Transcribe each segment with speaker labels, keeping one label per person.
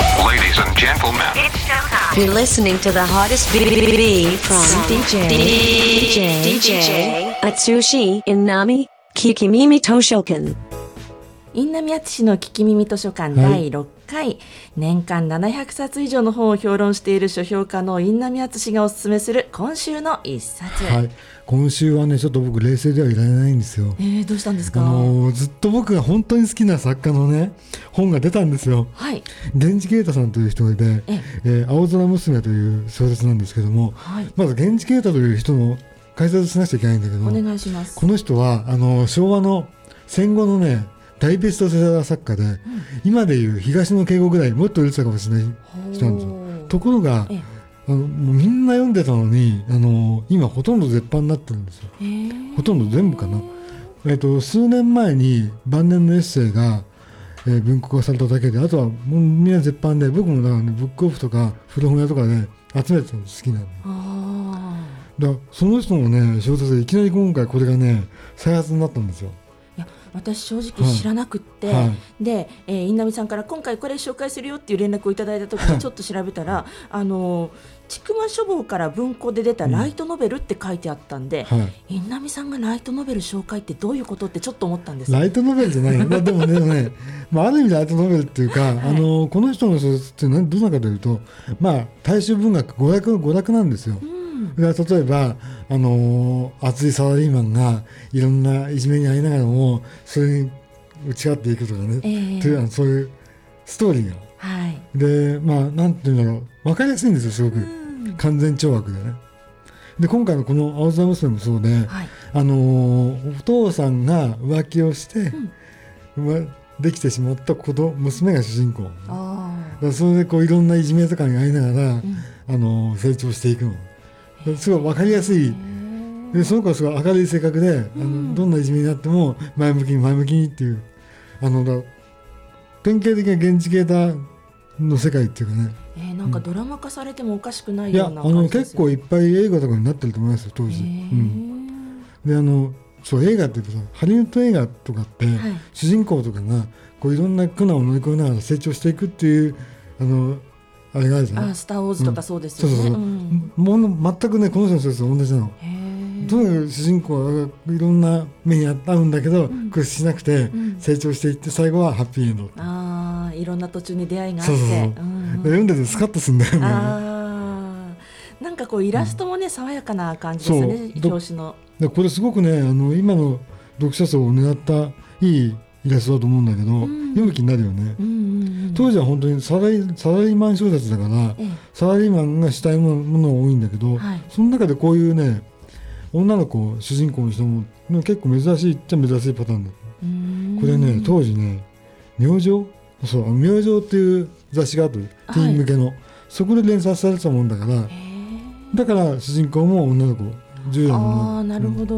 Speaker 1: and gentlemen.
Speaker 2: You're listening to the hottest B- B- B- B from DJ DJ DJ Atsushi Inami Kikimimi Toshokan.
Speaker 3: インナミアツシの聞き耳図書館
Speaker 4: は
Speaker 3: 第
Speaker 4: い
Speaker 3: 6回、年間700冊以上の本を評論している書評家のインナミアツシがおすすめする今週の一冊、
Speaker 4: はい、今週はねちょっと僕冷静ではいられないんですよ。
Speaker 3: えー、どうしたんです
Speaker 4: あ
Speaker 3: か、
Speaker 4: のーずっと僕が本当に好きな作家のね本が出たんですよ。
Speaker 3: はい
Speaker 4: 源氏啓太さんという人がいて
Speaker 3: え
Speaker 4: 「えー青空娘」という小説なんですけども、
Speaker 3: はい
Speaker 4: まず源氏啓太という人の解説をしなくちゃいけないんだけど
Speaker 3: お願いします
Speaker 4: この人はあの昭和の戦後のね大ベストセラー作家で、今でいう東野敬吾ぐらいもっと売れてたかもしれない人なんです
Speaker 3: ほう
Speaker 4: よ。ところが
Speaker 3: ええ
Speaker 4: あのもうみんな読んでたのにあの今ほとんど絶版になってるんですよ。
Speaker 3: えー
Speaker 4: ほとんど全部かな。えっと数年前に晩年のエッセイが、えー文庫化されただけであとはもうみんな絶版で僕もだから、ね、ブックオフとか古本屋とかで集めてたの好きなの。
Speaker 3: あ
Speaker 4: だからその人のね小説でいきなり今回これがね再発になったんですよ。
Speaker 3: ーいや私正直知らなくって、
Speaker 4: はいは
Speaker 3: で、えー、インナミさんから今回これ紹介するよっていう連絡をいただいた時にちょっと調べたらあのーちくま書房から文庫で出たライトノベルって書いてあったんで、
Speaker 4: はい
Speaker 3: インナミさんがライトノベル紹介ってどういうことってちょっと思ったんです
Speaker 4: ライトノベルじゃないよ、まあ、でもね、でもねまあ、ある意味でライトノベルっていうか、あのこの人の小説って何どんなかというと、まあ、大衆文学娯楽娯楽なんですよ。だから例えば、あのー熱いサラリーマンがいろんないじめに遭いながらもそれに打ち勝っていくとかね、
Speaker 3: ええ
Speaker 4: というようなそういうストーリーが。
Speaker 3: はい
Speaker 4: でまあなんていうんだろう分かりやすいんですよすごく、完全懲悪でね。で今回のこの「青空娘」もそうで、
Speaker 3: はい
Speaker 4: あのーお父さんが浮気をして、うまできてしまった子供娘が主人公だか
Speaker 3: あ
Speaker 4: らそれでこういろんないじめとかに遭いながら、あのー成長していくのだからすごい分かりやすいでその子はすごい明るい性格で、あのどんないじめになっても前向きに前向きにっていうあのだ典型的な現地系だの世界っていうかね
Speaker 3: ーえーなんかドラマ化されてもおかしくない
Speaker 4: いや
Speaker 3: よ
Speaker 4: あ
Speaker 3: うな感
Speaker 4: の
Speaker 3: じで
Speaker 4: 結
Speaker 3: すよ
Speaker 4: 構い
Speaker 3: ね
Speaker 4: っぱい映画とかになってると思いますよ当時。うんであのそう映画っていうとさハリウッド映画とかって、
Speaker 3: い
Speaker 4: 主人公とかがこういろんな苦難を乗り越えながら成長していくっていうあのあれがあるじ
Speaker 3: え
Speaker 4: ゃ
Speaker 3: ー
Speaker 4: な
Speaker 3: あ
Speaker 4: い
Speaker 3: スター・ウォーズとかそうです
Speaker 4: そ
Speaker 3: よ
Speaker 4: うそう
Speaker 3: ね
Speaker 4: そ
Speaker 3: う
Speaker 4: う、
Speaker 3: ん
Speaker 4: もの全くねこの人の小説と同じなの。
Speaker 3: へー
Speaker 4: とにかく主人公はいろんな目に遭うんだけど、屈しなくて成長していって最後はハッピーエンド、
Speaker 3: ああいろんな途中に出会いがあっ
Speaker 4: そ
Speaker 3: て
Speaker 4: うそうそう、
Speaker 3: うんうん
Speaker 4: 読んでてスカッとするんだよね
Speaker 3: あーなんかこうイラストもね、爽やかな感じですよね
Speaker 4: そう
Speaker 3: 表紙の
Speaker 4: でこれすごくねあの今の読者層を狙ったいいイラストだと思うんだけど、読む気になるよね、
Speaker 3: うんうん
Speaker 4: 当時は本当にサラリサラリーマン小説だから、
Speaker 3: ええ
Speaker 4: サラリーマンが主体のものが多いんだけど、
Speaker 3: はい
Speaker 4: その中でこういうね女の子を主人公にしても結構珍しいっちゃ珍しいパターンだ
Speaker 3: うん
Speaker 4: これね当時ね「明星」そう「明星」っていう雑誌があるティーン向けの、そこで連載されてたもんだから
Speaker 3: へー
Speaker 4: だから主人公も女の子10代の女の子
Speaker 3: ああなるほど、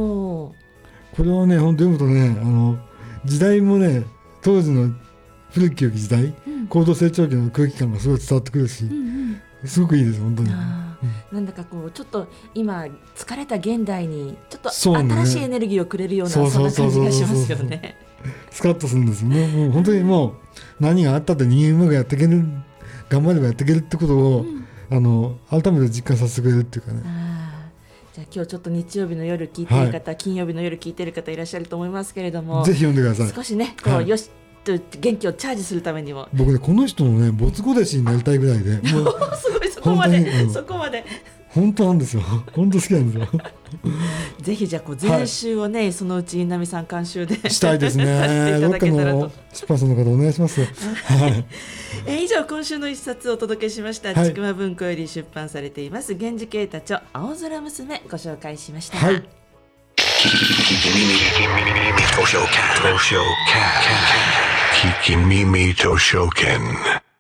Speaker 4: これをね本当読むとねあの時代もね当時の古き良き時代、高度成長期の空気感がすごい伝わってくるし、すごくいいです本当に。
Speaker 3: あーなんだかこうちょっと今疲れた現代にちょっと
Speaker 4: そうね
Speaker 3: 新しいエネルギーをくれるような
Speaker 4: そう
Speaker 3: そん
Speaker 4: そう
Speaker 3: な
Speaker 4: そう
Speaker 3: 感じ
Speaker 4: そ
Speaker 3: が
Speaker 4: う
Speaker 3: しますよね。
Speaker 4: スカッとするんですよね。もう本当にもう何があったって人間うまくやっていける頑張ればやっていけるってことを、あの改めて実感させてくれるっていうかね。
Speaker 3: あーじゃあ今日ちょっと日曜日の夜聞いてる方、金曜日の夜聞いてる方いらっしゃると思いますけれども
Speaker 4: ぜひ読んでください。
Speaker 3: 少しねこう、
Speaker 4: はい
Speaker 3: よしと元気をチャージするために も
Speaker 4: 僕ねこの人のね没後弟子になりたいぐらい で、もう
Speaker 3: すごいそこまで、
Speaker 4: 本当にうん
Speaker 3: そこまで
Speaker 4: 本当なんですよ。本当好きな んですよ。
Speaker 3: ぜひじゃあこう前週をね、そのうち稲見さん監修で
Speaker 4: したいです
Speaker 3: させて
Speaker 4: ね。
Speaker 3: い
Speaker 4: ど
Speaker 3: た
Speaker 4: っ
Speaker 3: だ
Speaker 4: か
Speaker 3: けたら
Speaker 4: の
Speaker 3: と、
Speaker 4: 出版社の方お願い します。はい。
Speaker 3: えー以上今週の一冊をお届けしました、
Speaker 4: はい
Speaker 3: ちくま文庫より出版されています源氏啓太著青空娘ご紹介しました、
Speaker 4: はい。
Speaker 1: Kikimimi Toshoken. Toshoken. Kikimimi Toshoken.